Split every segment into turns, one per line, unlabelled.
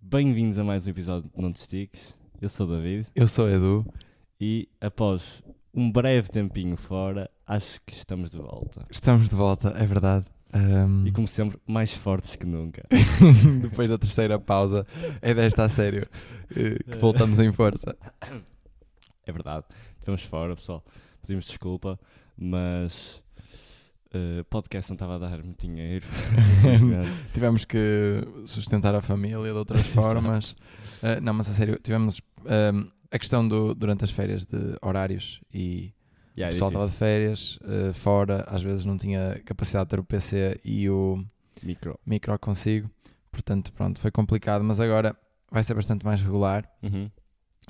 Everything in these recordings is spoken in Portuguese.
Bem-vindos a mais um episódio de Não Te Estiques. Eu sou o David
Eu sou o Edu.
e após um breve tempinho fora, acho que estamos de volta.
Estamos de volta, é verdade. Ahm,
E como sempre, mais fortes que nunca.
depois da terceira pausa, é desta a sério eh, que voltamos em força.
É verdade, estivemos fora, pessoal. Pedimos desculpa, mas o podcast não estava a dar muito dinheiro. infelizmente.
Tivemos que sustentar a família de outras formas. Ah, não, mas a sério, tivemos ahm, a questão do, durante as férias de horários e
E
o
aí,
pessoal estava de férias eh, fora, às vezes não tinha capacidade de ter o PC e o
difícil. micro.
micro consigo. Portanto, pronto, foi complicado, mas agora vai ser bastante mais regular.
Uhum.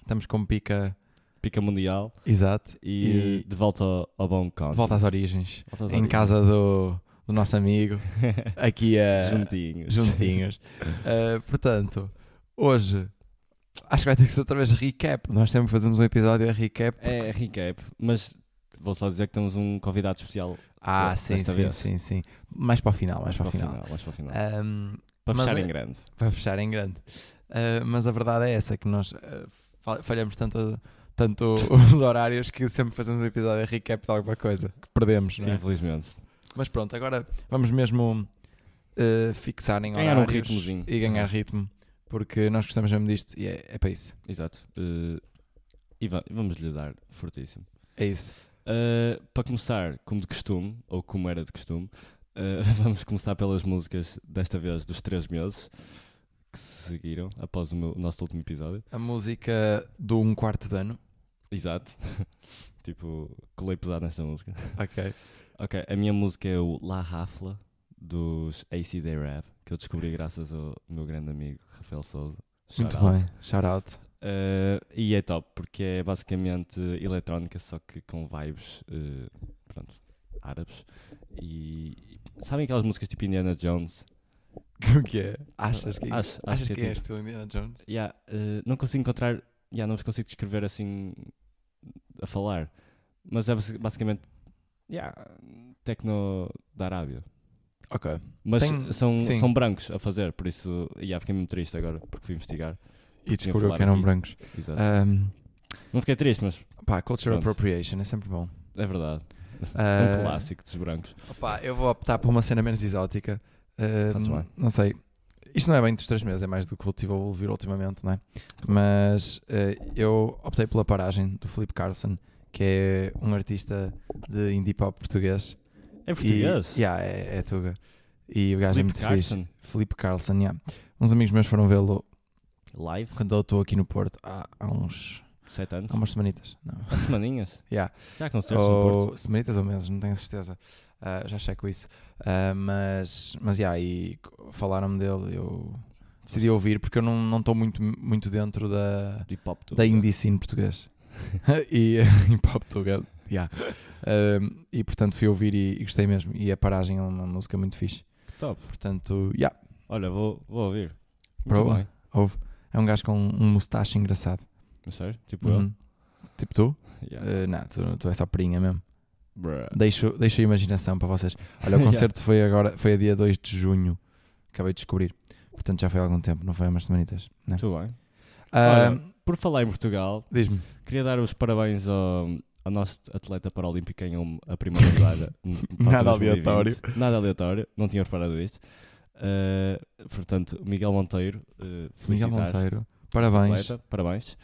Estamos com pica.
Pica mundial
Exato.
e,
E-
de volta ao, ao bom conto.
De volta às origens.
Volta às
em
origens.
casa do, do nosso amigo, aqui a
Juntinhos.
juntinhos. Uh, portanto, hoje acho que vai ter que ser outra vez recap. Nós sempre fazemos um episódio a recap.
É recap, mas vou só dizer que temos um convidado especial
Ah,
Boa,
sim,
desta
sim,
vez.
sim, sim. Mais para o final, mais Tá, para o final.
mais para o final.
Um,
para
mas
fechar
é-
em grande.
para fechar em grande. Uh, mas a verdade é essa, que nós uh, fa- falhamos tanto, tanto os horários que sempre fazemos um episódio a recap de alguma coisa que perdemos, não é?
Infelizmente.
Mas pronto, agora vamos mesmo eh, fixar em
Ganhar um
horários
ritmozinho.
e ganhar ritmo, porque nós gostamos mesmo disto e é, é para isso.
Exato. Eh, e va- vamos lhe dar fortíssimo.
É isso.
Eh, para começar, como de costume, ou como era de costume, eh, vamos começar pelas músicas, desta vez, dos três meses que se seguiram após o, meu- o nosso último episódio.
A música do Um Quarto de Ano.
Exato. tipo, colei pesado nesta música.
Ok.
Ok, a minha música é o La Rafla dos AC Day Rap, que eu descobri graças ao meu grande amigo Rafael Souza.
Muito
Shout out.
bem. Shout out.
Eh, e é top, porque é basicamente eletrónica, só que com vibes eh, pronto, árabes. E e- sabem aquelas músicas tipo Indiana Jones?
Como que é? Achas que é
Acho- acho
Achas
que é
que, é
tipo-
estilo Indiana Jones?
Yeah, eh, não consigo encontrar, yeah, não vos consigo descrever assim a falar, mas é basi- basicamente yeah, tecno da Arábia.
Ok.
Mas
Tem-
são,
sim.
são brancos a fazer, por isso yeah, fiquei muito triste agora, porque fui investigar.
E descobriu
falar
que eram
aqui.
brancos.
Exato.
Um,
Não fiquei triste, mas
pá, Cultural
Pronto.
Appropriation é sempre bom.
é verdade. É
Ah,
um clássico dos brancos.
Opa, eu vou optar por uma cena menos exótica. Ah,
Fazes bem.
não sei. Isto não é bem dos três meses, é mais do que eu estive a ouvir ultimamente, não é? Mas ah, eu optei pela paragem do Felipe Carson, que é um artista de indie pop português.
É português?
E, yeah, é, é tuga. E o gajo é
Filipe
muito
Carson,
fixe. Felipe Carson, yeah. Uns amigos meus foram vê-lo
live,
quando eu estou aqui no Porto há, há uns.
7 anos.
há umas Oh, semanitas. Não.
Há semaninhas.
Yeah.
Já há concertos no Porto.
ou semanitas ou meses, não tenho certeza. Ah, já checo isso. Ah, mas, mas, já, e co- falaram-me dele, eu decidi ouvir porque eu não não estou muito, muito dentro da,
Do hip hop tudo.
da indie scene português. e em pop tuga, já. Ah, e portanto fui ouvir e, e gostei mesmo. E a Paragem é uma música muito fixe.
Top.
Portanto, já,
Olha, vou, vou ouvir. Muito
Prova.
bem.
é um gajo com um mustache engraçado.
Não sei? Tipo
Uhum. Tipo tu?
eu? Yeah.
Ah, não, tu, tu és só perinha mesmo.
Bruh.
Deixo, deixo a imaginação para vocês. Olha, o
Yeah.
concerto foi agora, foi a dia 2 de junho. Acabei de descobrir. Portanto, já foi há algum tempo, não foi há umas semanitas. né?
Muito bem.
Ah,
Olha, Por falar em Portugal,
Diz-me.
queria dar os parabéns ao, ao nosso atleta paralímpico que ganhou a primeira medalha. no Tóquio
Nada
2020.
aleatório.
Nada aleatório, não tinha reparado isto. Eh, portanto, Miguel Monteiro, uh,
Miguel Monteiro. Parabéns.
atleta, parabéns.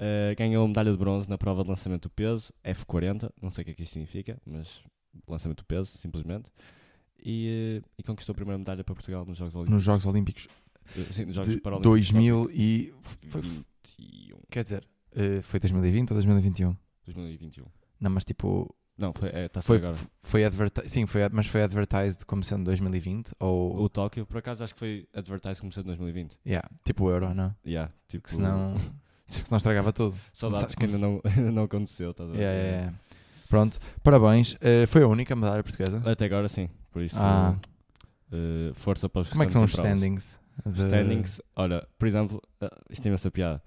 Uh, ganhou a medalha de bronze na prova de lançamento do peso, F40, não sei o que é que isto significa, mas lançamento do peso, simplesmente. E, uh, e conquistou a primeira medalha para Portugal nos Jogos Olímpicos.
Nos Jogos Olímpicos
Uh, Sim, nos Jogos
de
Paralímpicos.
2000 e. foi- foi-
2021.
Quer dizer, eh, foi 2020 ou 2021?
2021.
Não, mas tipo.
Não, foi, é, tá a ser
Foi,
agora.
foi adverti- Sim, foi, ad- mas foi advertised como sendo 2020 ou.
O Tóquio, por acaso, acho que foi advertised começou em 2020.
Yeah, tipo o Euro, não?
Yeah, tipo,
Que senão. senão estragava tudo.
Saudades
Começa-
que ainda não, ainda não aconteceu. estás a ver?
Yeah, yeah, yeah. Pronto, parabéns. Eh, foi a única medalha portuguesa.
Até agora sim, por isso
Ah.
uh, força para os
Como é que são os
restantes em provas.
standings? de-
standings, olha, por exemplo, ah, isto tem essa piada,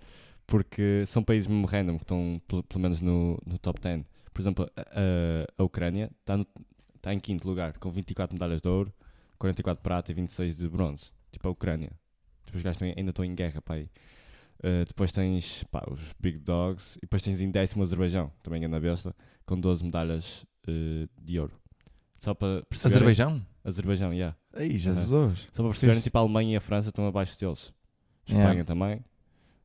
porque são países mesmo random que estão pelo, pelo menos no, no top 10. Por exemplo, a- a, a Ucrânia está no- está em quinto lugar, com 24 medalhas de ouro, 44 de prata e 26 de bronze. Tipo a Ucrânia. Tipo, os gajos tão- ainda estão em guerra, pá. aí. Eh, depois tens pá, os Big Dogs e depois tens em décimo o Azerbaijão, também na besta, com 12 medalhas eh, de ouro. Só para perceberem.
Azerbaijão?
Azerbaijão, yeah.
Ei, Jesus.
Só para perceberem,
Fixe.
tipo, a Alemanha e a França estão abaixo deles. Espanha
Yeah.
também.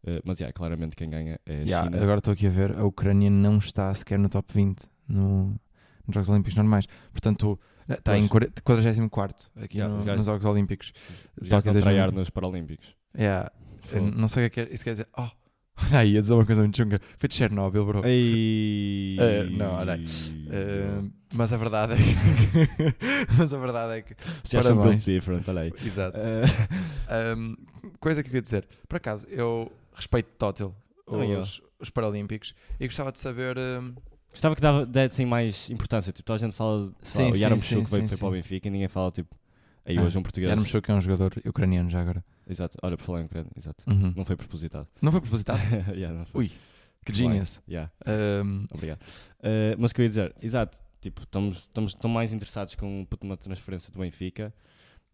Eh, mas, yeah, claramente quem ganha é a
Yeah,
China.
agora estou aqui a ver, a Ucrânia não está sequer no top 20 no, nos Jogos Olímpicos normais. Portanto, está em
Pois.
40 44 aqui
Yeah,
no-
os gajos-
nos Jogos Olímpicos.
Os gajos
Tóquio
vão tryhard
2000.
nos Paralímpicos.
Yeah, eu
Fogo.
não sei o que é que é. Isso quer dizer, oh, olha aí, ia dizer uma coisa muito chunga. Foi de Chernobyl, bro.
Ei.
Eh, não, olha aí. Eh, mas a verdade é que. mas a verdade é que.
Já são built
parabéns.
different, um olha aí.
Exato.
Eh,
Um, coisa que eu queria dizer. Por acaso, eu respeito total
Também Então, eu.
os, os Paralímpicos e gostava de saber. um,
Gostava que dava, dessem mais importância. Tipo, toda a gente fala. sei lá,
Sim,
o Yaram
sim, sim,
Chuk veio
sim,
foi
sim.
para o Benfica e ninguém fala, tipo. Aí
Ah,
hoje um português.
Yarmouch que é um jogador ucraniano já agora.
Exato, olha, por falar em ucraniano, exato.
Uhum.
Não foi propositado.
Não foi propositado?
yeah, não foi.
Tá. Ui, que genius.
Yeah,
Um,
obrigado. Eh, mas o que eu ia dizer, exato, tipo, estamos, estamos tão mais interessados com um puto, uma transferência do Benfica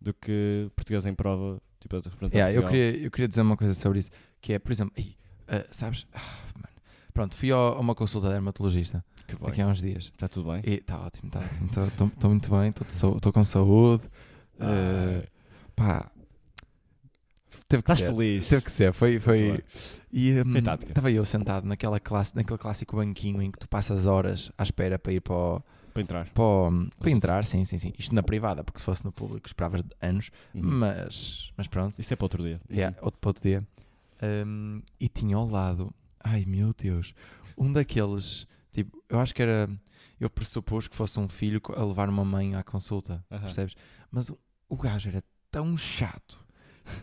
do que português em prova, tipo, a representar
yeah, eu,
Portugal.
queria, eu queria dizer uma coisa sobre isso, que é, por exemplo, ei, ah, sabes? Ah, mano. Pronto, fui ao- a uma consulta de dermatologista
Que
aqui é um-
bem.
há uns dias.
Está tudo bem?
E está ótimo, está ótimo. Estou muito bem, estou com saúde.
Ah,
eh, pá. Teve que
Estás
ser.
feliz.
Teve que ser, Então, foi.
Muito
foi...
bem.
E hum,
Foi tática.
estava eu sentado naquela classe, naquele clássico banquinho em que tu passas horas à espera para ir para, o-
Para entrar.
para, o- hum, para entrar, sim, sim, sim. Isto na privada, porque se fosse no público esperavas anos,
Uhum.
mas, mas pronto.
Isso é para outro dia.
Yeah, outro, para outro dia. Hum, e tinha ao lado, ai meu Deus, um daqueles, tipo, eu acho que era, eu pressupus que fosse um filho co- a levar uma mãe à consulta,
Aham.
percebes? Mas o, o gajo era tão chato,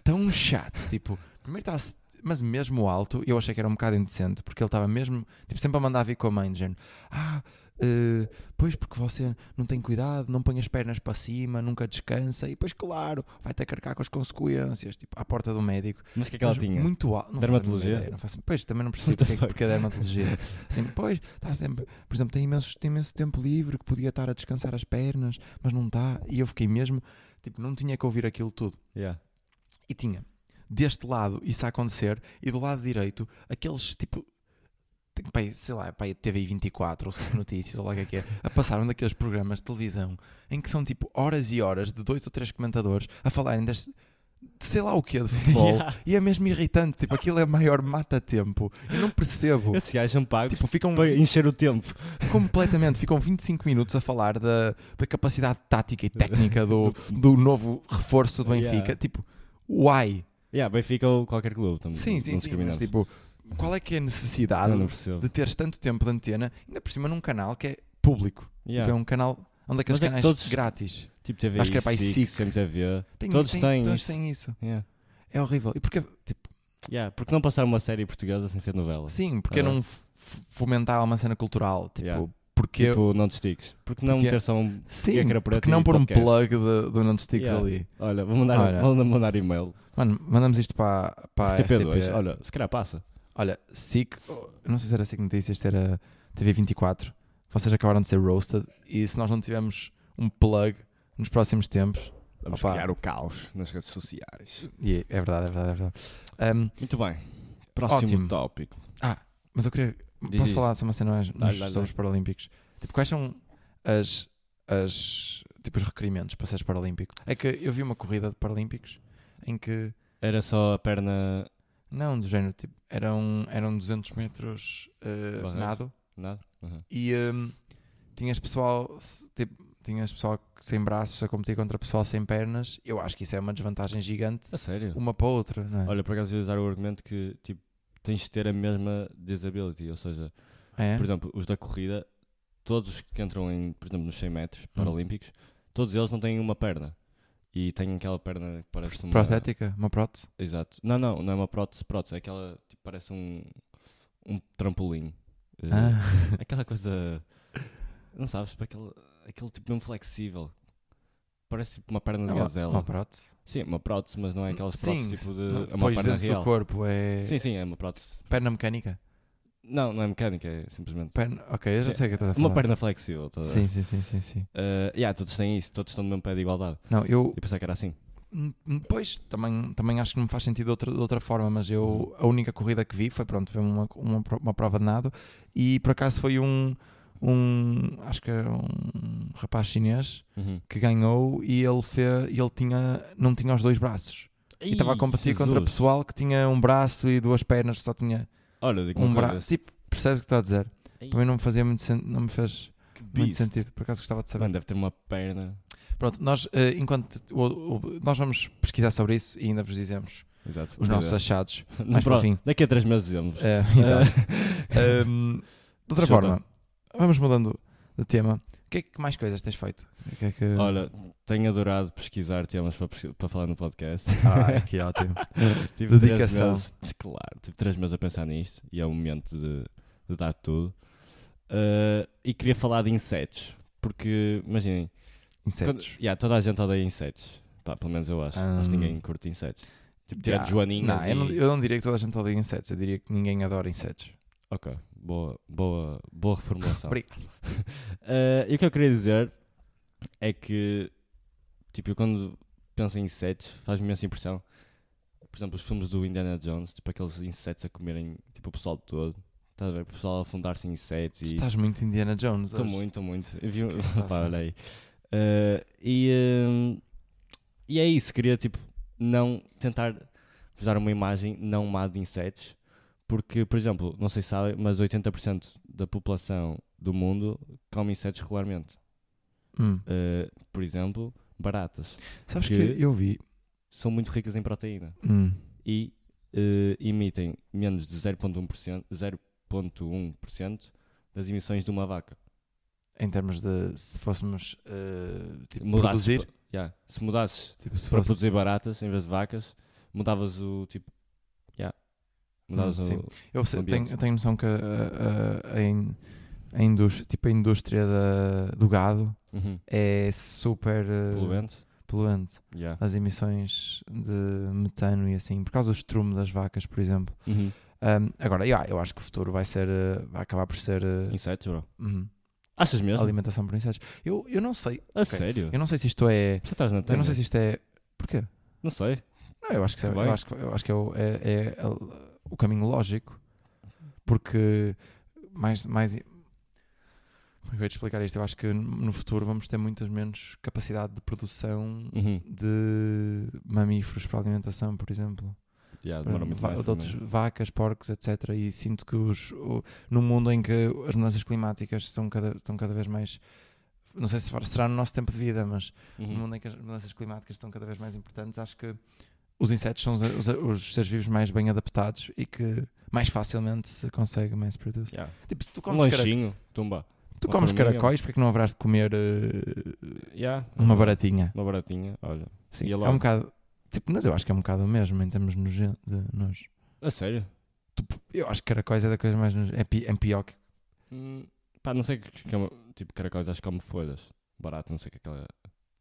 tão chato, tipo, primeiro estava, mas mesmo alto, eu achei que era um bocado indecente, porque ele estava mesmo, tipo, sempre a mandar vir com a mãe, do género, ah, eh, pois porque você não tem cuidado, não põe as pernas para cima, nunca descansa, e depois, claro, vai ter que arcar com as consequências, tipo, à porta do médico.
Mas o que é que ela
Mas
tinha?
Muito alto. Não faço a mínima
Dermatologia?
ideia, não faço- pois, também não percebi
What the
porque, é que-
fuck?
porque é dermatologia. Assim, pois, está sempre. Por exemplo, tem imenso, tem imenso tempo livre que podia estar a descansar as pernas, mas não está. E eu fiquei mesmo, tipo, não tinha que ouvir aquilo tudo.
Yeah.
E tinha, deste lado, isso a acontecer, e do lado direito, aqueles, tipo. tem- pá, aí, Sei lá, pá, aí TV 24 ou 5 Notícias, ou lá o que é que é, a passar um daqueles programas de televisão em que são tipo horas e horas de dois ou três comentadores a falarem deste, de sei lá o que, de futebol,
Yeah.
e é mesmo irritante, tipo, aquilo é maior mata-tempo. Eu não percebo.
Esses gajos são pagos
Tipo, ficam
para encher o tempo
completamente, ficam 25 minutos a falar da, da capacidade tática e técnica do, do novo reforço do Benfica.
Yeah.
Tipo, why?
Yeah, Benfica ou qualquer clube. Tam,
Sim,
não
sim, sim, mas
discriminamos.
tipo, qual é que é a necessidade
Eu não percebo.
de teres tanto tempo de antena, ainda por cima num canal que é público?
Yeah.
Tipo, é um canal, um daqueles
Mas é que
canais
todos-
grátis.
Tipo, TV
Acho que é para aí
SIC,
SIC.
CMTV.
Tem-
Todos
tem-
têm
todos
isso.
têm isso.
Yeah.
É horrível. E porque, tipo,
Yeah, Porque não passar uma série portuguesa sem ser novela?
Sim, porque
Ah,
não f- f- fomentar uma cena cultural? Tipo,
Yeah.
porque.
Tipo, não te estiques. Porque não
Porque-
meter só um.
sim,
é que era por
porque
aí
não pôr um
podcast.
plug de- do Non-Sticks
Yeah.
ali.
Olha, é vou mandar,
Olha.
Vou mandar e-mail.
Mano, mandamos isto para, para a
TP2.
RTP.
Olha, se calhar passa.
Olha, SIC, oh, eu não sei se era SIC Notícias, se era TV24. Vocês acabaram de ser roasted e se nós não tivermos um plug nos próximos tempos.
Vamos
Opa.
criar o caos nas redes sociais.
e é verdade, é verdade, é verdade. Um,
Muito bem. Próximo
Ótimo.
tópico.
mas eu queria.
Diz
posso
isso.
falar sobre uma cena mais nos-
Dá-lhe, dá-lhe,
sobre os Paralímpicos? Tipo, quais são as. as tipo, os requerimentos para seres Paralímpico? É que eu vi uma corrida de Paralímpicos em que.
Era só a perna.
Não, do género, tipo, eram, eram 200 metros eh,
Barreiras?
nado
Nada? Uhum.
e hum, tinhas pessoal, se- tipo, tinhas pessoal sem braços a competir contra pessoal sem pernas. Eu acho que isso é uma desvantagem gigante
A sério?
uma para a outra, não é?
Olha, por acaso, eu ia usar o argumento que, tipo, tens de ter a mesma disability. Ou seja,
é?
Por exemplo, os da corrida, todos os que entram, em, por exemplo, nos 100
Hum.
metros paralímpicos, todos eles não têm uma perna. E têm aquela perna que parece uma...
Protética, uma prótese.
Exato. Não, não, não é uma prótese, prótese. É aquela, tipo, parece um, um trampolim. Eh,
Ah.
Aquela coisa... Não sabes, para aquele, aquele tipo mesmo flexível. Parece tipo uma perna de
É uma-
gazela.
uma prótese.
Sim, uma prótese, mas não é aquelas próteses tipo de...
não-
é uma
pois,
perna
dentro
real.
do corpo é
Sim, sim, é uma prótese.
perna mecânica.
Não, não é mecânica, é simplesmente...
Perna, ok, eu já
Sim,
sei o que estás a falar.
Uma perna flexível. estás a ver? Eh,
Sim, sim, sim, sim, sim.
Uh, yeah, todos têm isso, todos estão no mesmo pé de igualdade.
Não, eu
Eu pensava que era assim.
Hum, hum, Pois, também, também acho que não faz sentido de outra, de outra forma, mas
Hum.
eu a única corrida que vi foi, pronto, foi uma, uma, pro- uma prova de nado e por acaso foi um, um acho que era um rapaz chinês
Uhum.
que ganhou e ele, fez, ele tinha, não tinha os dois braços e estava a
Ih,
competir contra
Jesus.
pessoal que tinha um braço e duas pernas, que só tinha
Olha, digo
um
uma coisa,
braço. Tipo, percebes o que está a dizer?
Ei.
Também não me fazia muito sen- não me fez
que
tipo, muito
beast.
sentido, por acaso gostava de saber.
Mano, deve ter uma perna.
Pronto, nós, eh, enquanto o- o- nós vamos pesquisar sobre isso e ainda vos dizemos
Exato.
os nossos achados.
Não,
mais para o
pronto,
fim.
Daqui a três meses dizemos.
Eh, exato. Ehm, de outra
Chuta.
forma, vamos mudando de tema. O que é que mais coisas tens feito? O que é que...
Olha, tenho adorado pesquisar temas para, pesqui- para falar no podcast.
Ai, Ah, é que ótimo.
tive três
Dedicação.
meses- claro, tive três meses a pensar nisto e é o momento de, de dar tudo. Ah, e queria falar de insetos, porque imaginem, quando,
Insetos.
yeah, toda a gente odeia insetos. Pá, pelo menos eu acho. Acho que
Hum.
ninguém curte insetos. Tipo,
Yeah.
tirar joaninhas
Ah, Não,
e...
eu não, eu não diria que toda a gente odeia insetos, eu diria que ninguém adora insetos.
Ok, boa, boa, boa reformulação.
Obrigado.
Eh, e o que eu queria dizer é que, tipo, eu quando penso em insetos, faz-me imensa impressão. Por exemplo, os filmes do Indiana Jones, tipo, aqueles insetos a comerem, tipo, o pessoal todo. Estás a ver? O pessoal a afundar-se em insetos
Tu
e
estás muito Indiana Jones.
Estou
hoje.
muito, estou muito. Eu vi um-
que é que se passa?
Pá, olha aí. Eh, e, hum, e é isso, queria tipo, não tentar vos dar uma imagem não má de insetos, porque, por exemplo, não sei se sabem, mas 80% da população do mundo come insetos regularmente.
Hum.
Eh, por exemplo, baratas.
Sabes
Que-
que, eu vi.
São muito ricas em proteína
Hum.
e eh, emitem menos de 0,1% 0,1% das emissões de uma vaca.
Em termos de se fôssemos eh, tipo,
Mudasses
produzir,
pa- yeah, se mudasses
tipo, se
para
fosse-
produzir baratas em vez de vacas, mudavas o tipo. Yeah. Mudavas
Hum, sim.
o.
Eu, sei-
ambiente.
tenho, eu tenho noção que a, a- a in- a indústria, tipo a indústria da- do gado
Uhum.
é super eh, ah,
Poluente.
poluente.
Yeah.
As emissões de metano e assim, por causa do estrume das vacas, por exemplo.
Uhum.
Ahm, agora, yeah, eu acho que o futuro vai ser, eh, vai acabar por ser eh,
Insetos, bro.
uhum,
Achas mesmo?
alimentação por insetos. Eu, eu não sei,
A
Ok.
sério?
eu não sei se isto é,
Já estás na tela?
eu não sei se isto é, porquê?
Não sei.
Não, eu acho que,
Tá
eu
bem.
acho que, eu acho que é, o, é- é a- o caminho lógico, porque mais, mais. Como é que eu ia te explicar isto? Eu acho que no futuro vamos ter muitas menos capacidade de produção
Uhum.
de mamíferos para alimentação, por exemplo.
Yeah, demora muito
Va-
mais.
de outros, vacas, porcos, etc. E sinto que os, o- no mundo em que as mudanças climáticas são cada, estão cada vez mais. Não sei se será no nosso tempo de vida, mas
Uhum.
no mundo em que as mudanças climáticas estão cada vez mais importantes, acho que os insetos são os, os- os seres vivos mais bem adaptados e que mais facilmente se consegue mass produce.
Yeah.
Tipo, se tu
Um
comes, cara-
lanchinho, tumba.
tu
uma
comes
formiga.
caracóis, porque é que não haverás de comer eh,
Yeah.
uma baratinha?
Uma baratinha, olha.
Sim,
Uhum. E
é
logo?
um bocado. Tipo, mas eu acho que é um bocado o mesmo em termos nojen- de nojo.
A sério?
Tu- Eu acho que caracóis é da coisa mais nojo. É, pi, é pior que.
Hum, pá, não sei que, que, que tipo caracóis, acho que como folhas. Barato, não sei o que é aquela.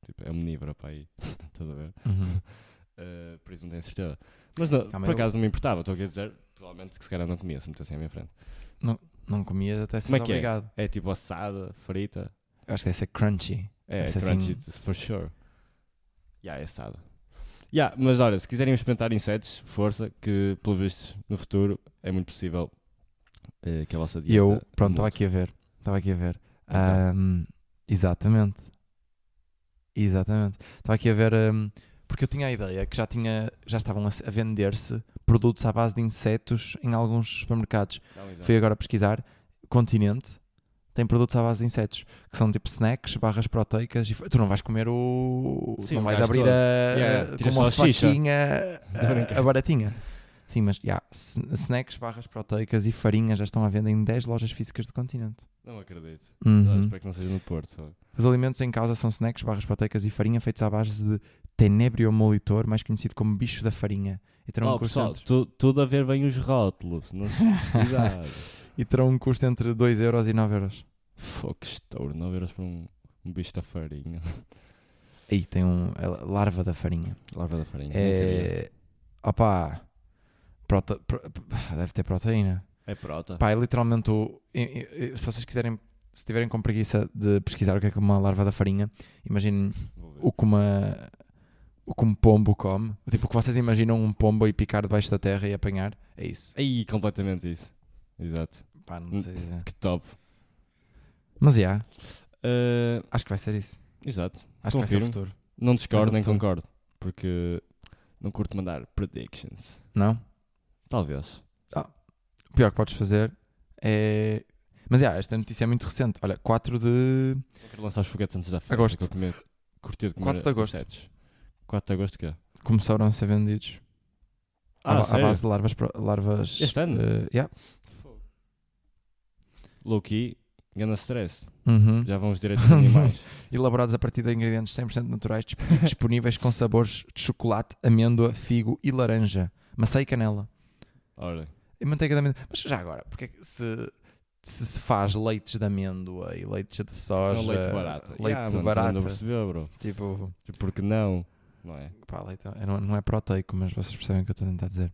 Tipo, é omnívora para aí. Estás a ver? Uh, por isso não tenho certeza. Mas não,
Calma,
por
eu-
acaso não me importava, estou aqui a dizer, provavelmente que se calhar não comia se metessem à minha frente.
Não comias até ser
Como é que é?
obrigado.
É tipo assada, frita,
Eu acho que deve ser crunchy.
é
Isso é
crunchy for sure. Yeah, é assada. Yeah, mas olha, se quiserem experimentar insetos, força, que pelo visto no futuro é muito possível eh, que a vossa
E
dieta...
eu, pronto, estava
mude.
aqui a ver. Estava aqui a ver.
Então.
Ahm, exatamente. Exatamente. Estava aqui a ver. ahm, porque eu tinha a ideia que já, tinha, já estavam a, se- a vender-se produtos à base de insetos em alguns supermercados.
Dá um exemplo.
Fui agora pesquisar. Continente tem produtos à base de insetos que são tipo snacks, barras proteicas. E, f- tu não vais comer o.
Sim,
não
o
vais
gajo
abrir
todo.
a.
Yeah, tira
com uma
salsicha.
faquinha
Tô a brincar.
a, a baratinha. Sim, mas yeah, sn- snacks, barras proteicas e farinhas já estão à venda em 10 lojas físicas do continente.
Não acredito.
Uhum.
Ah, espero que não seja no Porto. pá.
Os alimentos em causa são snacks, barras proteicas e farinha feitos à base de tenebrio molitor, mais conhecido como bicho da farinha. E terão, um
Oh,
custo
pessoal,
entre,
tu- tudo a ver bem os rótulos. Não se... Cuidado.
e terão um custo entre 2 euros e 9 euros.
Fô, que estouro, 9 euros para um, um bicho da farinha.
Aí tem um, a larva da farinha.
Larva da farinha. nunca vi.
É. Opá. prote- pro- deve ter proteína.
É prota.
Pá, é literalmente o. e- e- e- Se vocês quiserem. Se tiverem com preguiça de pesquisar o que é que é uma larva da farinha, imaginem
Vou ver.
o que uma o que um pombo come. Tipo, o que vocês imaginam um pombo e picar debaixo da terra e apanhar. É isso.
Aí, completamente isso. Exato.
Pá, não sei dizer.
Que top.
Mas já,
Eh,
acho que vai ser isso.
exato.
Acho que vai ser o
Confirmo.
futuro.
Não discordo
Mas
nem
é futuro.
concordo. Porque não curto mandar predictions.
Não?
Talvez.
O pior que podes fazer é. Mas já, esta notícia é muito recente. Olha, 4 de.
Eu quero lançar os foguetes antes da festa.
Agosto.
que eu comer- curti de comer
4 de agosto.
insetos. 4 de agosto que é?
Começaram a ser vendidos à ba-
Ah,
à,
sério?
base de larvas. pro- larvas
Este ano?
eh, yeah.
Low-key, ganha stress.
Uhum.
Já vão os direitos dos animais.
Elaborados a partir de ingredientes 100% naturais disp- disponíveis com sabores de chocolate, amêndoa, figo e laranja, maçã e canela.
Ora,
E manteiga de amêndoa. Mas já agora, porque é que se, se se faz leites de amêndoa e leites de
é
soja...
um leite barato.
Leite
yeah, mano, tu
barato.
Não percebeu, bro.
tipo,
Tipo, Porque não? Não é?
pá, leite, é- não, não é proteico, mas vocês percebem o que eu estou a tentar dizer.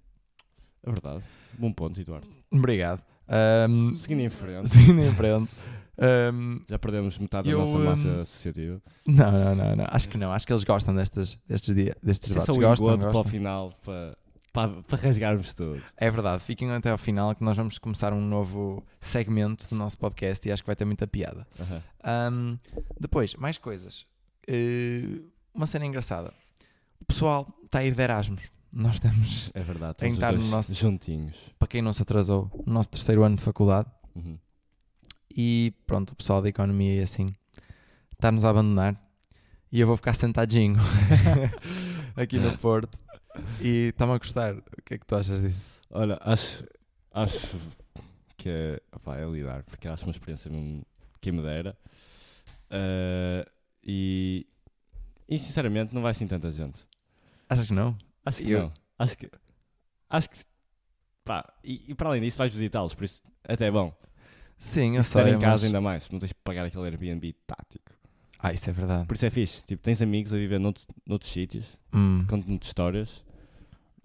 É verdade. Bom ponto, Eduardo.
Obrigado. Ahm,
Seguindo em frente.
seguindo em frente. Ahm,
Já perdemos metade
Eu,
da nossa
hum,
massa associativa.
não, não, não, não. Acho que não. Acho que eles gostam destes, destes, dia, destes
Isto é só
debates.
um
Gostam,
engodo para o
gostam.
final, para, para, para rasgarmos tudo.
É verdade, fiquem até ao final que nós vamos começar um novo segmento do nosso podcast e acho que vai ter muita piada.
Aham.
Ahm, depois, mais coisas. Eh, uma cena engraçada. O pessoal está a ir de Erasmus. Nós temos,
É verdade.
Tem que
estamos os
estar no
dois
nosso-
Juntinhos.
para quem não se atrasou, o nosso terceiro ano de faculdade
Uhum.
e pronto, o pessoal da economia e assim está-nos a abandonar e eu vou ficar sentadinho aqui no Porto e está-me a gostar. O que é que tu achas disso?
Olha, acho, acho que é, opá, é lidar, porque acho uma experiência mesmo que me dera. Ah, e, e sinceramente não vai assim tanta gente.
Achas que não?
Acho que
Eu-
não. Acho que. Acho que. Pá, e, e para além disso vais visitá-los, por isso até é bom.
Sim, eu
Se estar
sei.
em casa
mas-
ainda mais, não tens de pagar aquele Airbnb tático.
Ah, isso é verdade.
Por isso é fixe. Tipo, tens amigos a viver noutro, noutros sítios,
Hum.
contam-te histórias.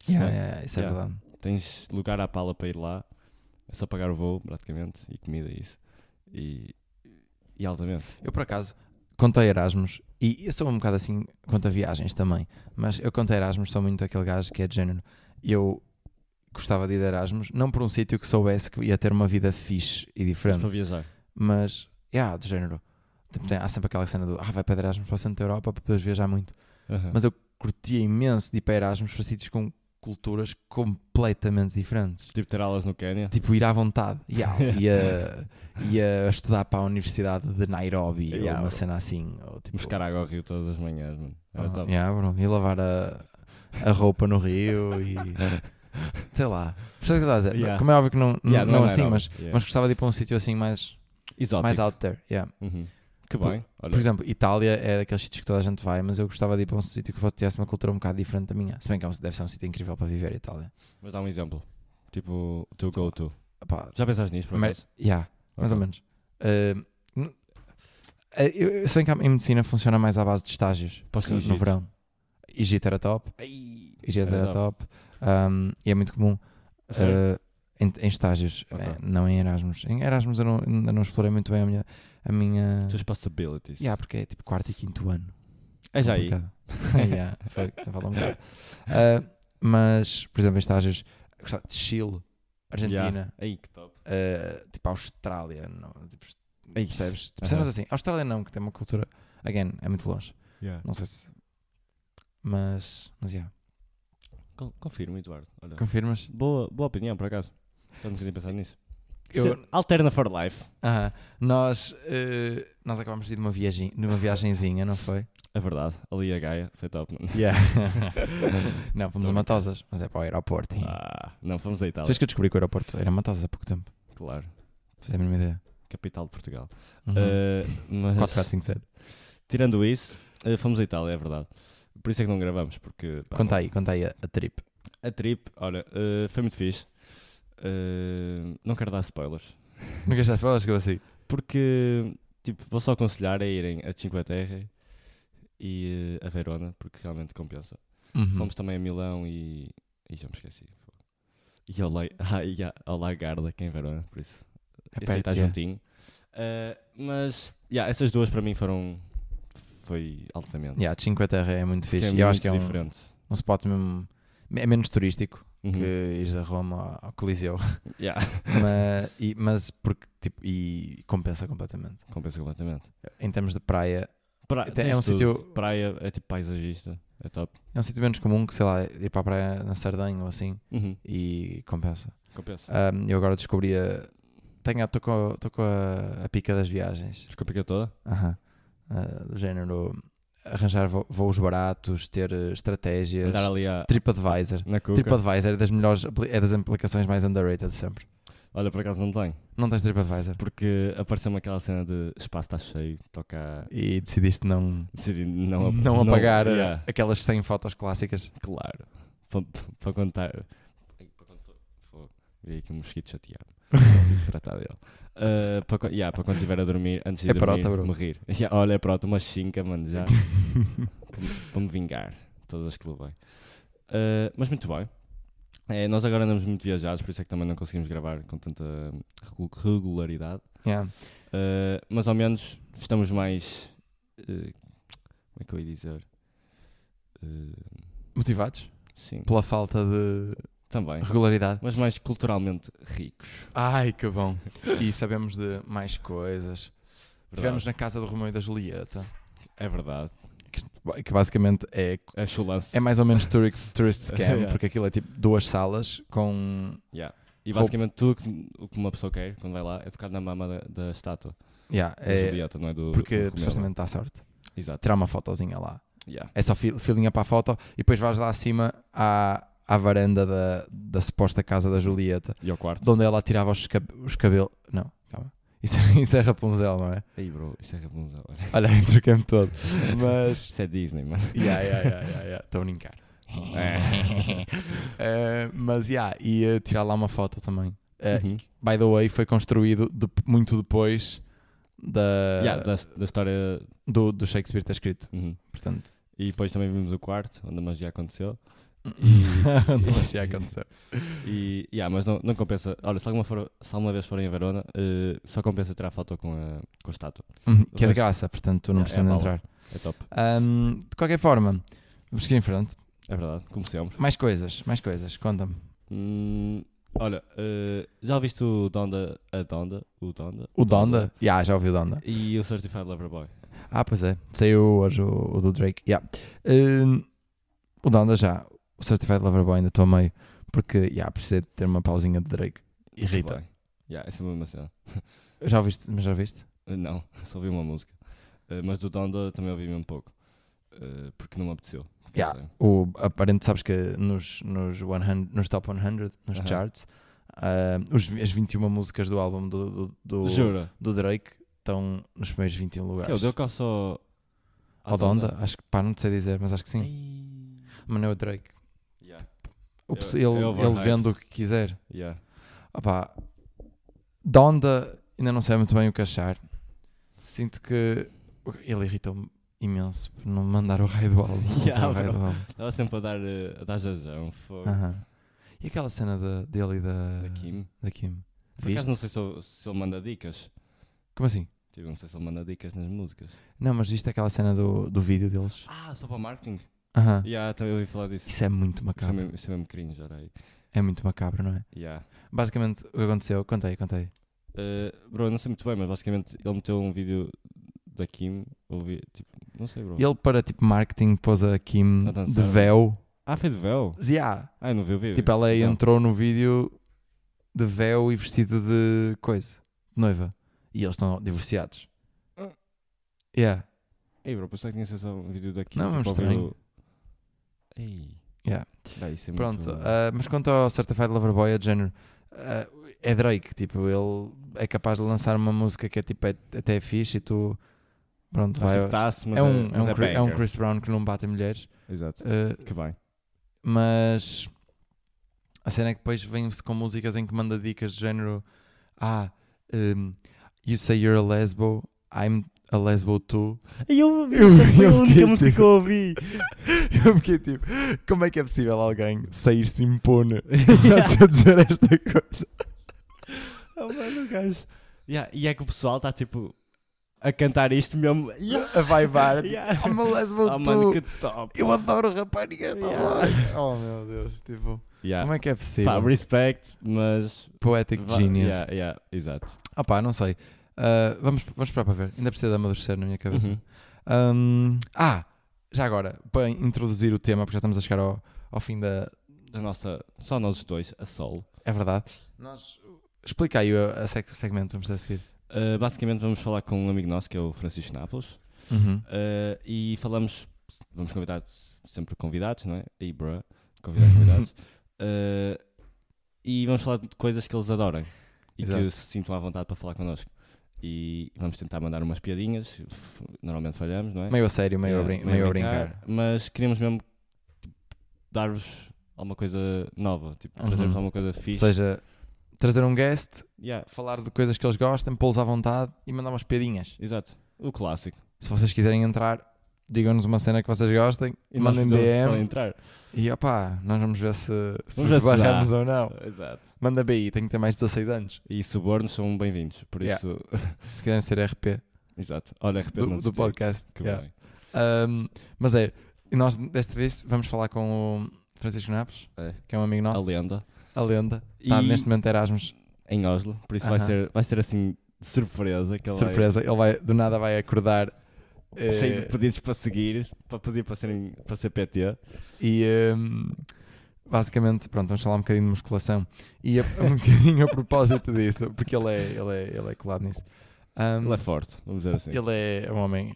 Se
Yeah,
não-
yeah, isso
Yeah.
é verdade.
tens lugar à pala para ir lá, é só pagar o voo, praticamente, e comida e isso. E, e altamente.
Eu, por acaso, quanto a Erasmus, e eu sou um bocado assim quanto a viagens também, mas eu quanto a Erasmus sou muito aquele gajo que é de género. Eu gostava de ir de Erasmus, não por um sítio que soubesse que ia ter uma vida fixe e
Mas para
diferente,
viajar.
mas, yeah, do género. Tipo, tem- há sempre aquela cena do, ah, vai para Erasmus para o centro da Europa para poderes viajar muito.
Aham.
Mas eu curtia imenso de ir para Erasmus para sítios com culturas completamente diferentes.
Tipo, ter aulas no Quénia.
tipo ir à vontade yeah, ia, ia estudar para a universidade de Nairobi
Yeah,
ou uma
bro.
cena assim ou tipo
Buscar água ao rio todas as manhãs, mano. Era
ah,
top.
yeah, bro, ia lavar a, a roupa no rio e sei lá Percebes o que eu estou a dizer?
Yeah.
como é óbvio que não, não,
Yeah,
não
é
assim
Nairobi. tipo.
mas,
Yeah.
mas gostava de ir para um sítio assim mais,
Exótico.
mais out there yeah.
Uhum. Que
Por-
bem. Olha,
por exemplo Itália é daqueles sítios que toda a gente vai mas eu gostava de ir para um sítio que fosse tivesse uma cultura um bocado diferente da minha se bem que é um- deve ser um sítio incrível para viver Itália
mas dá um exemplo. Tipo, o teu go-to.
Pá,
Já pensaste nisso, por
Mas-
acaso?
yeah. Mais ou
Ok.
menos. Ahm, n- eh, eu, eu sei que em medicina funciona mais à base de estágios
Posso ir
no,
no
no
Egito.
verão. Egito era top.
Ai,
Egito
Era
era, top. Ahm, e é muito comum
a sério?
eh, em, em estágios,
Ok.
eh, não em Erasmus. Em Erasmus eu não, ainda não explorei muito bem a minha. A minha...
Suas possibilities.
Yeah, porque é tipo quarto e quinto ano.
É já aí.
Complicado. yeah, foi, falta um bocado. Ah, mas, por exemplo, em estágios, gostava de Chile, Argentina.
Yeah. Ai, que top.
Uh, tipo a Austrália, não, tipo,
É isso.
percebes? Tipo,
Aham.
cenas assim. A Austrália não, que tem uma cultura, again, é muito longe.
Yeah.
Não sei se. Mas, mas yeah.
Con- Confirmo, Eduardo. Olha.
Confirmas?
Boa, boa opinião, por acaso. Já não tinha
Se-
pensado nisso.
Eu-
Se- Alterna for life.
Aham. Nós, uh, nós acabamos de ir numa, viagem, numa viagenzinha, não foi?
É verdade, ali a Gaia foi top. mano.
Yeah. não, fomos
Tô brincando.
a Matosas, mas é para o aeroporto.
Ah, não, fomos a Itália,
Sabes que eu descobri que o aeroporto era Matosas há pouco tempo?
claro,
Fazia a mínima ideia.
capital de Portugal.
Uhum.
Eh, mas
4450.
Tá tirando isso, eh, fomos a Itália, é verdade. Por isso é que não gravamos, porque pá,
Conta aí, conta aí a, a trip.
a trip, olha, eh, foi muito fixe. Eh, não quero dar spoilers,
Não gastaste balas que eu assim.
porque tipo, vou só aconselhar a irem a Cinque Terre e eh, a Verona, porque realmente compensa.
Uhum.
Fomos também a Milão e. e já me esqueci. fogo. E ao, La... ah, e a- ao Lagarda, que é em Verona, por isso.
É
Esse aí tá Eh, está
perto, yeah.
juntinho. Ah, mas, yeah, essas duas para mim foram. foi altamente.
Yeah, 5 Terra é muito
Que é
fixe. e eu acho que é
muito
um,
diferente.
um spot mesmo. É menos turístico
Uhum.
que ir da Roma ao- ao Coliseu.
Yeah.
mas, e- mas porque, tipo, e compensa completamente.
Compensa completamente.
Em termos de praia,
Pra-
até
Ah, tens
é um
tudo.
sítio.
Praia é tipo paisagista. É top.
É um sítio menos comum que, sei lá, ir para a praia na Sardanha ou assim
Uhum.
e compensa.
Compensa.
Ahm, eu agora descobri a. Tenho, estou com, tô com a, a pica das viagens.
Desculpa que eu toda.
Aham. Ah, do género arranjar vo- voos baratos, ter eh, estratégias.
Andar ali à-
TripAdvisor.
na cuca.
TripAdvisor é das melhores, apli- é das aplicações mais underrated de sempre.
Olha, por acaso não tenho.
Não tens TripAdvisor.
Porque apareceu-me aquela cena de espaço está cheio, toca.
E decidiste não,
Decidi
não,
não,
apagar eh,
yeah,
aquelas 100 fotos clássicas.
Claro. Para, para contar. Ai, Para quando for- for- Veio aqui um mosquito chateado. Tive de tratar dele. Ah, para, quan- yeah, para quando estiver a dormir, antes de
É
dormir,
prota, bro.
me rir. Yeah, olha, é prota, uma chinca, mano, já. para, me- para me vingar. Todas as que levei. Ah, mas muito bem. Eh, nós agora andamos muito viajados, por isso é que também não conseguimos gravar com tanta regu- regularidade.
Yeah.
Uh, mas ao menos estamos mais. uh, como é que eu ia dizer? Uh,
Motivados
sim,
pela falta de
também.
regularidade.
Mas mais culturalmente ricos.
Ai, que bom. E sabemos de mais coisas. Estivemos na casa do Romeu e da Julieta,
É verdade.
que- que basicamente é
É chulance.
É mais ou menos tourist, tourist scam,
Yeah.
porque aquilo é tipo duas salas com.
Yeah. E
roubo.
basicamente tudo que- o que uma pessoa quer quando vai lá é tocar na mama da, da estátua.
Yeah,
Da
é,
Julieta, não é do. do
porque
Romeu.
supostamente dá sorte.
Exato.
Tirar uma fotozinha lá.
Yeah.
É só fi- filinha para a foto e depois vais lá acima à, à varanda da, da suposta casa da Julieta,
E ao quarto.
de onde ela tirava os, cab os cabelos. Não, calma. Isso é, isso é Rapunzel, não é?
Aí, bro, isso é Rapunzel. olha.
Olha, troquei-me todo. Mas.
Isso é Disney, mano.
Yeah, yeah, yeah, yeah, yeah. Estou a brincar. Eh, mas, yeah, e eh, tirar lá uma foto também. Eh,
Uhum.
By the way, foi construído de- muito depois da,
Yeah, da, da história.
Do, do Shakespeare ter escrito.
Uhum.
Portanto,
E depois também vimos o quarto, onde a magia aconteceu.
não achei a acontecer.
E, yeah, mas não, não compensa. Olha, se alguma, for- se alguma vez forem a Verona, eh, só compensa tirar foto com a, com a estátua.
Hum, que é de
resto-
graça, portanto, tu não
É, é
precisas de
bala.
entrar.
É top.
Ahm, de qualquer forma, vamos seguir em frente.
É verdade, como sempre.
Mais coisas, mais coisas, conta-me.
Hum, olha, eh, já viste o Donda, a Donda, o Donda?
O Donda? Yeah, já ouvi o Donda.
E o Certified Lover Boy.
Ah, pois é, saiu hoje o, o do Drake. Yeah. Ahm, o Donda já, o Certified Lover Boy ainda estou a meio, porque yeah, precisei de ter uma pausinha de Drake. Irrita.
Muito bem. Yeah, essa é a mesma cena.
Já ouviste, mas já viste?
Eh, Não, só ouvi uma música. Eh, mas do Donda também ouvi um pouco. Eh, porque é- não me apeteceu. Não
Yeah.
sei.
o aparente, sabes que nos, nos, 100, nos top 100, nos
Aham.
charts, ah, os, as 21 músicas do álbum do, do, do,
Jura?
do Drake estão nos primeiros 21
Que eu
lugares.
deu cá só. à
Ao Donda, acho que, pá, não te sei dizer, mas acho que sim.
Ei.
Mas não é o Drake.
Yeah,
O
Eu-
pos-
eu
ele,
vou
ele
hype.
vende o que quiser.
yeah.
Opá, Donda, ainda não sei muito bem o que achar. Sinto que ele irritou-me imenso por não mandar o raio do álbum. não
Yeah,
usar o raio
bro.
do álbum.
Estava sempre a dar, eh, a dar jajão, fogo.
Aham. E aquela cena da- dele e da,
Da Kim.
da Kim?
Por acaso não sei se, eu- se ele manda dicas.
Como assim?
Tipo, não sei se ele manda dicas nas músicas.
Não, mas viste aquela cena do, do vídeo deles?
Ah, só para marketing?
Aham.
Yeah, também ouvi falar disso.
Isso é muito
Isso é
macabro.
mesmo, isso é mesmo cringe, olha aí.
É muito macabro, não é?
Yeah.
Basicamente, o que aconteceu, contei, contei.
Eh, bro, eu não sei muito bem, mas basicamente ele meteu um vídeo da Kim. Ouvi, tipo, não sei, bro.
Ele, para tipo marketing, pôs a Kim
A dançar.
de véu.
Ah, foi de véu?
Yeah.
Ah, eu não vi o vídeo.
Tipo, ela
Não.
entrou no vídeo de véu e vestido de coisa, de noiva. E eles estão divorciados.
Ah.
Yeah.
Ei, bro, pensei que tinha sido só um vídeo da Kim.
Não,
tipo,
mas
ouvi
estranho.
o- Ei.
Yeah.
Bem, isso é
Pronto,
muito...
ah, mas quanto ao Certified Lover Boy, é de género. ah, é Drake, tipo, ele é capaz de lançar uma música que é tipo é- até é fixe e tu. Pronto, vai.
Aceitasse, mas
É um,
mas
é, um, Chri- é um
banger.
Chris Brown que não bate em mulheres,
Exato.
ah,
Que bem.
mas a cena é que depois vem-se com músicas em que manda dicas de género: Ah, um, you say you're a lesbo, I'm a lesbo too.
E eu ouvi,
Eu- essa foi eu a única fiquei, música tipo- que eu
ouvi.
Eu fiquei tipo: Como é que é possível alguém sair-se impune a dizer esta coisa?
Oh, Ah, mano, o gajo. Yeah, e é que o pessoal está tá, tipo. a cantar isto mesmo.
A vaibar.
Yeah.
Oh, meu lesbo,
Oh,
tu.
mano, que top.
Eu adoro raparigas. tá
Yeah.
bem. Oh, meu Deus. Tipo,
Yeah.
como é que é
Pá,
possível?
respect, mas.
Poetic
va-
genius.
Yeah, yeah, exato.
Ah pá, não sei. Ah, vamos, vamos esperar para ver. Ainda precisa de amadurecer na minha cabeça.
Uhum.
Ahm, ah, já agora, para introduzir o tema, porque já estamos a chegar ao, ao fim da.
A nossa, só nós os dois, a solo.
É verdade. Nós. Explica aí o a sec- segmento, vamos ter a seguir.
Uh, basicamente vamos falar com um amigo nosso que é o Francisco Nápoles
Uhum.
uh, e falamos, vamos convidar sempre convidados, não é? E bruh, convidar convidados. Uh, e vamos falar de coisas que eles adorem e
Exato.
que se sintam à vontade para falar connosco. E vamos tentar mandar umas piadinhas, f- normalmente falhamos, não é?
Meio a sério, meio, a,
Yeah,
brin- meio a brincar.
Mas queremos mesmo tipo, dar-vos alguma coisa nova, tipo,
Uhum.
trazer-vos alguma coisa
Ou
fixe.
seja, trazer um guest,
Yeah,
falar de coisas que eles gostam, pô-los à vontade e mandar umas piadinhas.
exato, o clássico.
Se vocês quiserem entrar, digam-nos uma cena que vocês gostem,
E nós
mandem
podemos só
DM
entrar.
e opá, nós vamos ver se, se
Vamos ver se dá. É.
barramos ou não.
Exato.
Manda BI, tenho que ter mais de 16 anos.
E subornos são bem-vindos, por
Yeah.
isso.
Se quiserem ser RP
Exato. Olha, RP não
do,
se
do
diz.
podcast.
Que
Yeah.
bem.
Um, mas é, e nós desta vez vamos falar com o Francisco Napos,
É.
que é um amigo
A
nosso,
lenda.
a lenda. Está
E-
Tá neste momento a Erasmus,
Em Oslo, por isso vai,
Aham.
ser, vai ser assim de surpresa. Que ele vai-
surpresa. Ele vai, do nada vai acordar. eh,
Cheio de pedidos para seguir, para pedir para, serem, para ser PT.
E hum, basicamente, pronto, vamos falar um bocadinho de musculação. E a- um bocadinho a propósito disso, porque ele é, ele é, ele é colado nisso. Hum,
Ele é forte, vamos dizer assim.
ele é um homem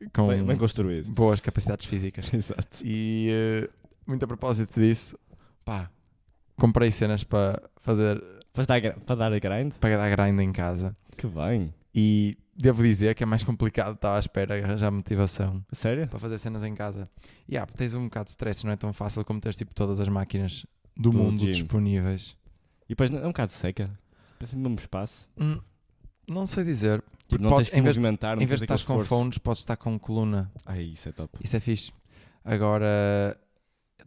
eh, com
Bem, bem construído.
boas capacidades físicas.
Exato.
E eh, muito a propósito disso, pá, comprei cenas para fazer,
Para dar, gra- para dar a grind?
para dar grind em casa.
Que bem.
E devo dizer que é mais complicado estar à espera de arranjar motivação
A Sério?
para fazer cenas em casa. E ah, tens um bocado de stress, não é tão fácil como teres tipo todas as máquinas do,
Do
mundo
gym.
disponíveis.
E depois é um bocado seca. Pensa no mesmo um espaço.
Hum, não sei dizer. Porque
Porque Tipo, não
Tipo, podes-
tens que
em vez de-
movimentar, não
em vez de
tens aquele
estás com
esforço.
fones, podes estar com coluna.
Ai, isso é top.
Isso é fixe. Agora,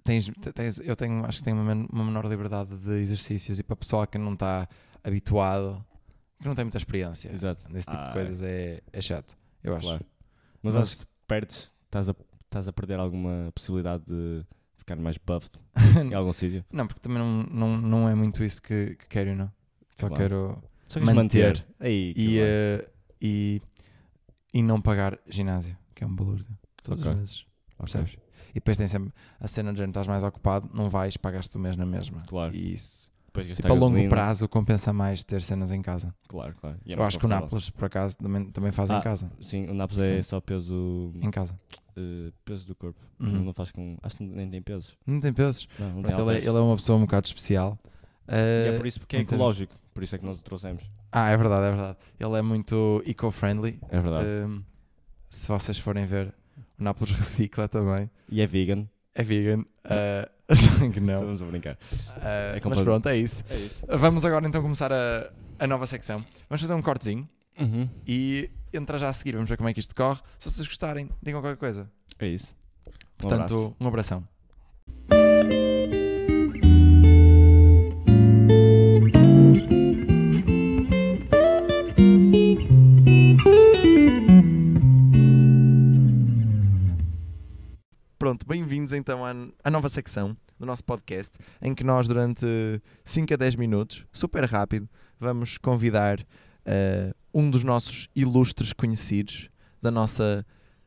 tens, tens- eu tenho, acho que tenho uma, men- uma menor liberdade de exercícios e para pessoal que não está habituado, que não tem muita experiência
Exato.
nesse tipo
Ah,
de coisas, é, é chato, eu acho.
Claro. Mas,
Mas-
acho que perdes, estás a, estás a perder alguma possibilidade de ficar mais buffed em algum sítio.
não, porque também não, não, não é muito isso que, que quero, não. Só
Claro.
quero
Só queres manter. Aí, que
e,
bem.
eh, e, e não pagar ginásio, que é um balúrdio, todos
Ok.
os meses,
Ok,
eh, percebes? E depois tem sempre a cena de género, estás mais ocupado, não vais, pagaste o mês na mesma.
Claro.
E isso
Depois gastar
Tipo, a longo
gasolina.
prazo compensa mais ter cenas em casa.
Claro, claro. E é
Eu
mais
acho que o
confortável.
Nápoles, por acaso, também, também faz em
Ah.
casa.
Sim, o Nápoles é só peso,
Em casa.
eh, peso do corpo.
Uhum.
Não faz com. Acho que nem tem pesos.
Não tem pesos.
Não, não tem
Pronto, ele, é,
halteres.
ele é uma pessoa um bocado especial.
E
Eh,
é por isso porque é
em termos-
ecológico. Por isso é que nós o trouxemos.
Ah, é verdade, é verdade. Ele é muito eco-friendly.
É verdade.
Ehm, se vocês forem ver, o Nápoles recicla também.
E é vegan.
É vegan. eh, só que não.
Estamos a brincar.
Eh,
Então, é
mas
completo.
pronto, é isso.
É isso.
Vamos agora então começar a, a nova secção. Vamos fazer um cortezinho
Uhum.
e entra já a seguir. Vamos ver como é que isto corre. Se vocês gostarem, digam qualquer coisa.
É isso. Um abraço.
Portanto, um abração. Pronto, bem-vindos então à, à nova secção do nosso podcast, em que nós, durante 5 a 10 minutos, super rápido, vamos convidar eh, um dos nossos ilustres conhecidos da nossa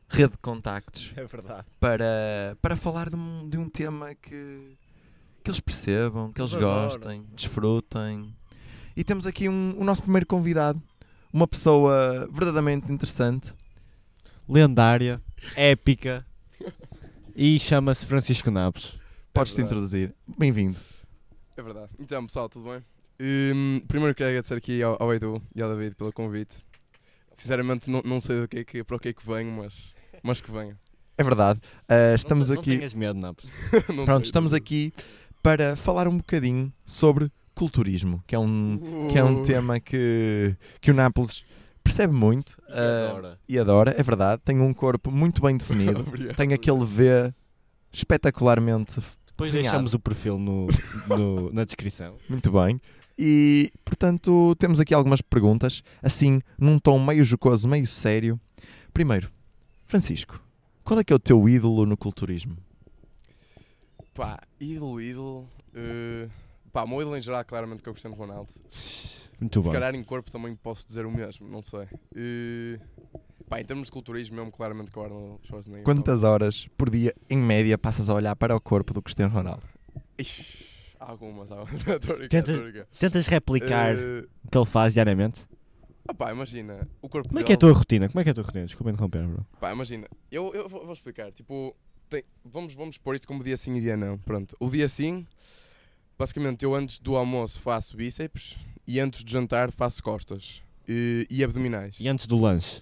rede de contactos
É verdade.
para, para falar de um, de um tema que, que eles percebam, que eles
Eles adoram.
gostem, desfrutem. E temos aqui um, o nosso primeiro convidado, uma pessoa verdadeiramente interessante.
lendária, épica e chama-se Francisco Nabos.
Podes-te
verdade.
introduzir. Bem-vindo.
É verdade. Então, pessoal, tudo bem? Hum, primeiro queria agradecer aqui ao, ao Edu e ao David pelo convite. Sinceramente, não, não sei do que é que, para o que é que venho, mas, mas que venha.
É verdade. Uh, estamos
não,
aqui.
Não tenhas medo, Nápoles.
Não
Pronto,
sei.
estamos aqui para falar um bocadinho sobre culturismo, que é um, que é um
Uh,
tema que, que o Nápoles percebe muito uh, e adora, é verdade. Tem um corpo muito bem definido.
obrigado,
tem aquele V espetacularmente
Depois
Desenhado.
deixamos o perfil no, no- na descrição.
muito bem E, portanto, temos aqui algumas perguntas, assim, num tom meio jocoso, meio sério. Primeiro, Francisco, qual é que é o teu ídolo no culturismo?
Pá, ídolo, ídolo. eh, pá, o meu ídolo em geral, claramente, que é o Cristiano Ronaldo.
Muito
Se
bom.
calhar em corpo também posso dizer o mesmo, não sei. Eh, pá, em termos de culturismo, mesmo claramente que o Arnold Schwarzenegger.
Quantas horas por dia, em média, passas a olhar para o corpo do Cristiano Ronaldo?
Ixi, algumas, algumas. Estou a brincar,
Tenta
estou a brincar.
Tentas replicar
Eh,
o que ele faz diariamente?
ah pá, imagina, o corpo
Como é
dele-
que é a tua rotina? Como é que é a tua rotina? Desculpa interromper, bro.
Pá, imagina, eu, eu vou, vou explicar, tipo, tem- vamos, vamos pôr isso como dia sim e dia não, pronto. O dia sim, basicamente eu antes do almoço faço bíceps e antes de jantar faço costas e, e abdominais.
E antes do lanche?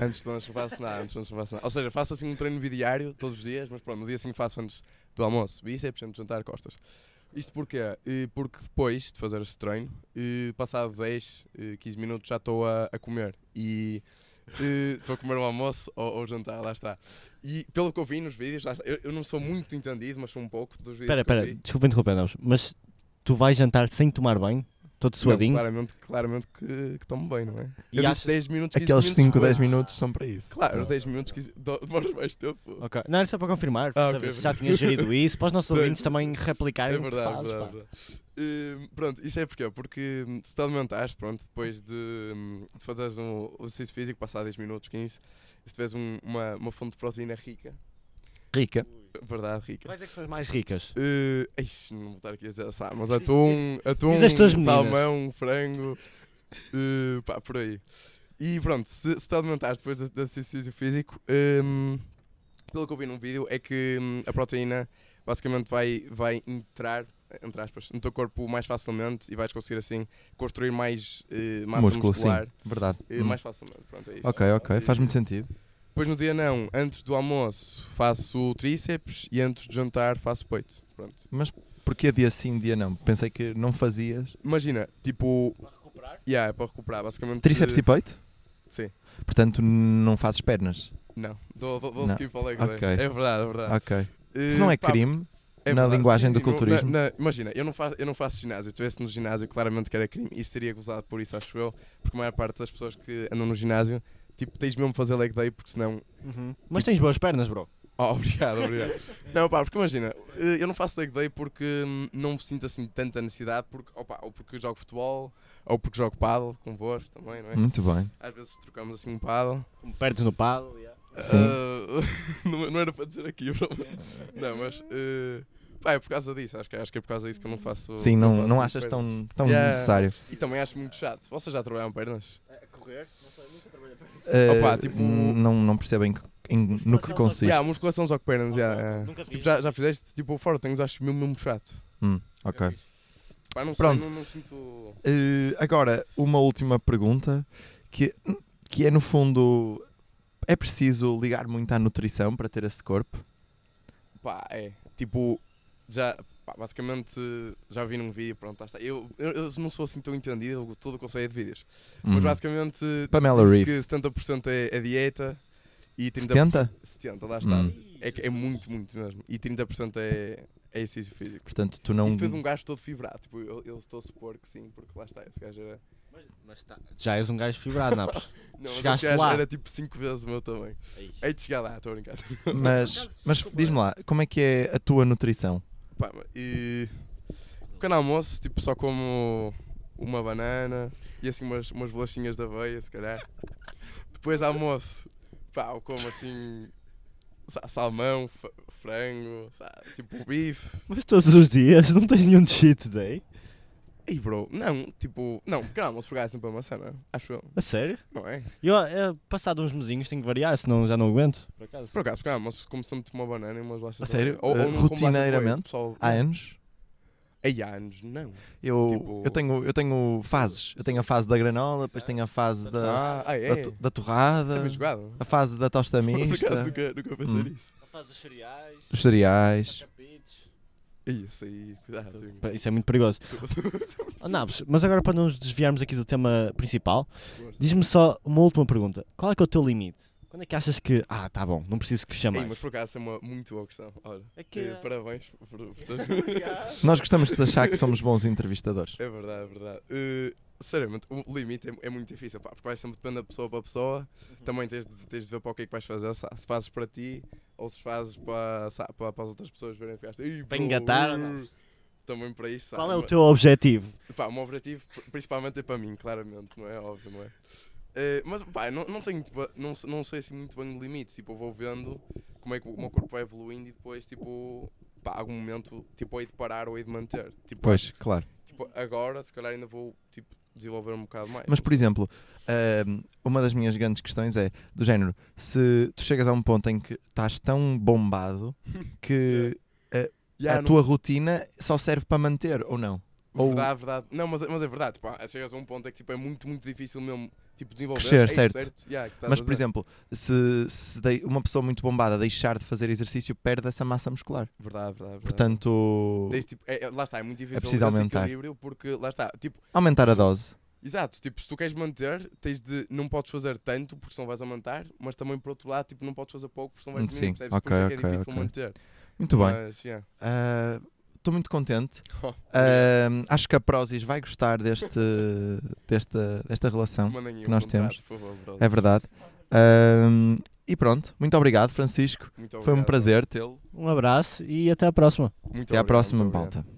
Antes de lanche não faço nada, antes de lanche não faço nada. Ou seja, faço assim um treino diário, todos os dias, mas pronto, no dia assim faço antes do almoço, bíceps, antes de jantar, costas. Isto porquê? Eh, Porque depois de fazer este treino, eh, passado 10, eh, 15 minutos já estou a, a comer. E eh, estou a comer o almoço ou, ou o jantar, lá está. E pelo que eu vi nos vídeos, lá está, eu, eu não sou muito entendido, mas sou um pouco dos vídeos
Espera,
que eu
espera,
vi.
desculpa interromper, não, mas tu vais jantar sem tomar banho? Todo suadinho?
Não, claramente, claramente que, que tomo bem, não é?
E
Eu disse
achas-
10 minutos, 15
Aqueles
minutos É
5, 10
depois.
minutos são para isso.
Claro, 10 minutos, 15... do- demoras mais tempo.
Ok. Não, era só para confirmar,
Ah,
para
ok.
saber se já tinhas gerido isso, para os nossos
Tenho.
ouvintes também replicarem
É
o que tu
verdade,
fazes,
verdade,
pá.
verdade. Hum, pronto, isso é porquê? Porque hum, se te alimentares, pronto, depois de, hum, de fazeres um o exercício físico, passar 10 minutos, 15, se tiveres um- uma, uma fonte de proteína rica,
Rica.
verdade, rica.
Quais é que são as mais ricas?
Uh, ixi, não vou estar aqui a dizer, sabe, mas atum, atum
Diz as tuas meninas.
salmão, frango, eh, pá, por aí. E pronto, se, se te alimentares depois desse desse exercício físico, hum, pelo que eu vi num vídeo, é que hum, a proteína basicamente vai, vai entrar, entre aspas, no teu corpo mais facilmente e vais conseguir assim construir mais eh, massa
Músculo,
muscular
sim. Verdade.
eh,
Hum.
mais facilmente. Pronto, é isso.
Ok, ok, faz muito sentido.
Depois no dia não, antes do almoço faço tríceps e antes de jantar faço peito. Pronto.
Porquê dia sim, dia não? Pensei que não
Eh,
fazias.
Imagina, tipo. Para recuperar? Yeah, é para recuperar, basicamente.
Tríceps e peito?
Sim.
Portanto, não fazes pernas.
Não, dou, dou, dou
Não.
skip ao leg day.
Ok.
É verdade, é verdade.
Ok.
Eh,
Se não é
pá,
crime,
é
na
verdade.
linguagem do
Sim, não-
culturismo.
na- na- imagina, eu não, faço, eu não faço ginásio. Se estivesse no ginásio, claramente que era crime. Isso seria gozado por isso, acho eu. Porque a maior parte das pessoas que andam no ginásio, tipo, tens mesmo de fazer leg day, porque senão
Mas tens boas pernas, bro.
Oh, obrigado, obrigado. não, pá, porque imagina, eh, eu não faço leg day porque hum, não me sinto assim tanta necessidade, porque, opa, ou porque jogo futebol, ou porque jogo paddle convosco também, não é?
muito bem.
Às vezes trocamos assim um paddle.
Como perdes no palo.
Sim.
Ah, não, não era para dizer aqui, bro. Não, mas. eh, pá, é por causa disso, acho que, acho que é por causa disso que eu não faço.
Sim, não,
faço
não
muito
achas
pernas.
tão, tão
Yeah.
necessário.
E também acho muito chato. Vocês já trabalharam pernas?
Eh,
Opa, tipo-
não, não percebem que- em- no que consiste.
Yeah, musculação só com pernas,
Ok,
yeah, yeah.
nunca
Tipo,
fiz.
já, já fizeste? Tipo, o Fortings acho mesmo, mesmo chato.
Hum, ok.
Pá, não
Pronto.
sei, não, não sinto.
Eh, agora, uma última pergunta que, que é no fundo. É preciso ligar muito à nutrição para ter esse corpo?
Pá, é. Tipo, já. pá, basicamente, já vi num vídeo, pronto, lá está. Eu, eu, eu não sou assim tão entendido, eu- tudo o que eu sei é de vídeos. Mas
Hum.
basicamente.
Pamela
disse
Reif.
que 70% é, é dieta e 30%.
70?
70, lá está.
Hum.
É, que é muito, muito mesmo. E 30% é, é exercício físico.
Portanto, tu não.
Isso foi de um gajo todo fibrado. Tipo, eu, eu estou a supor que sim, porque lá está, esse gajo era.
Já és um gajo fibrado, Naps.
Não, mas
Chegaste
esse gajo
lá.
era tipo 5 vezes o meu também. Hei de chegar lá, estou a brincar.
Mas, mas diz-me lá, como é que é a tua nutrição?
Pá, e. Pequeno almoço, tipo, só como uma banana e assim umas, umas bolachinhas de aveia, se calhar. Depois almoço, pá, eu como assim. sa- Salmão, fa- frango, sabe? tipo bife,
Mas todos os dias não tens nenhum cheat day?
Ei, bro, não, tipo, não, pequeno almoço por gás sempre é uma cena, acho eu,
A sério?
não é?
Eu, eu, passado uns mesinhos, tenho que variar, senão já não aguento. Por acaso.
Por acaso, pequeno almoço, como sempre uma banana e umas bolachas.
A
de aveia.
sério?
Ou,
Eh,
ou não como bolachas de aveia,
rotineiramente?
tipo, só-
Há anos?
Ei, há anos, não.
Eu,
Tipo-
eu, tenho, eu tenho fases. Eu tenho a fase da granola, depois tenho a fase da,
Ah, ah é?
da, to-
Isso
da
é
torrada,
bem jogado.
a fase da tosta
Por acaso,
mista,
nunca, nunca pensei
Hum.
nisso.
Faz os cereais,
os cereais.
capites.
É Isso aí,
Então,
cuidado.
Pá, Isso é muito perigoso. Oh, Naps, mas agora para não nos desviarmos aqui do tema principal, diz-me só uma última pergunta. Qual é que é o teu limite? Quanto Quando é que achas que. Ah, tá bom, não preciso crescer
Ei,
mais.
mas por acaso é uma muito boa questão. Olha,
É que-
eh, parabéns por, por, por
Nós gostamos de achar que somos bons entrevistadores.
É verdade, é verdade. Eh, sinceramente, o limite é, é muito difícil, pá, porque vai sempre depender da pessoa para pessoa.
Uhum.
Também tens de, tens de ver para o que é que vais fazer, sa- se fazes para ti ou se fazes para, sa- para, para as outras pessoas verem que ficaste. "Ih,
Para
bro,
engatar ou
eh",
não? é?"
Também para isso.
Qual é
sabe?
o teu objetivo?
Pá, o meu objetivo, pr- principalmente é para mim, claramente, não é? Óbvio, não é? Eh, mas, pá, não, não tenho, tipo, não, se- não sei assim muito bem de limites. Tipo, eu vou vendo como é que o meu corpo vai evoluindo e depois, tipo, pá, algum momento, tipo, hei de parar ou hei de manter. Tipo,
Pois, claro.
tipo, agora, se calhar, ainda vou, tipo, desenvolver um bocado mais.
Mas, por exemplo, ahm, uma das minhas grandes questões é do género: se tu chegas a um ponto em que estás tão bombado que
Yeah,
a
não-
tua rotina só serve para manter ou não? ou-
Verdade, verdade. Não, mas, é- mas é verdade, pá, chegas a um ponto em que, tipo, é muito, muito difícil mesmo, tipo, desenvolver.
Crescer,
é isso,
certo.
Yeah, que estás
Mas,
a
por
dizer.
exemplo, se, se dei- uma pessoa muito bombada deixar de fazer exercício, perde essa massa muscular.
Verdade, verdade, verdade.
Portanto,
Desde, tipo, é- é- lá está, é muito difícil
preciso
esse
aumentar.
equilíbrio porque, lá está, tipo,
aumentar a dose.
Exato, tipo, se tu queres manter, tens de não podes fazer tanto porque senão vais aumentar, mas também por outro lado, tipo, não podes fazer pouco porque senão vais diminuir,
Sim,
percebes? Por isso
ok,
é que
ok,
é difícil
ok.
manter.
Muito bem.
Mas, yeah.
Ah, Estou muito contente.
Oh,
Ahm, acho que a Prozis vai gostar deste, desta, desta relação.
mandem aí
que
um
nós
contrato,
temos.
por favor, brother.
É verdade. Ahm, e pronto, muito obrigado, Francisco.
Muito
Foi um
obrigado.
prazer tê-lo.
Um abraço e até à próxima.
Muito
Até à
obrigado,
próxima,
muito obrigado.
malta.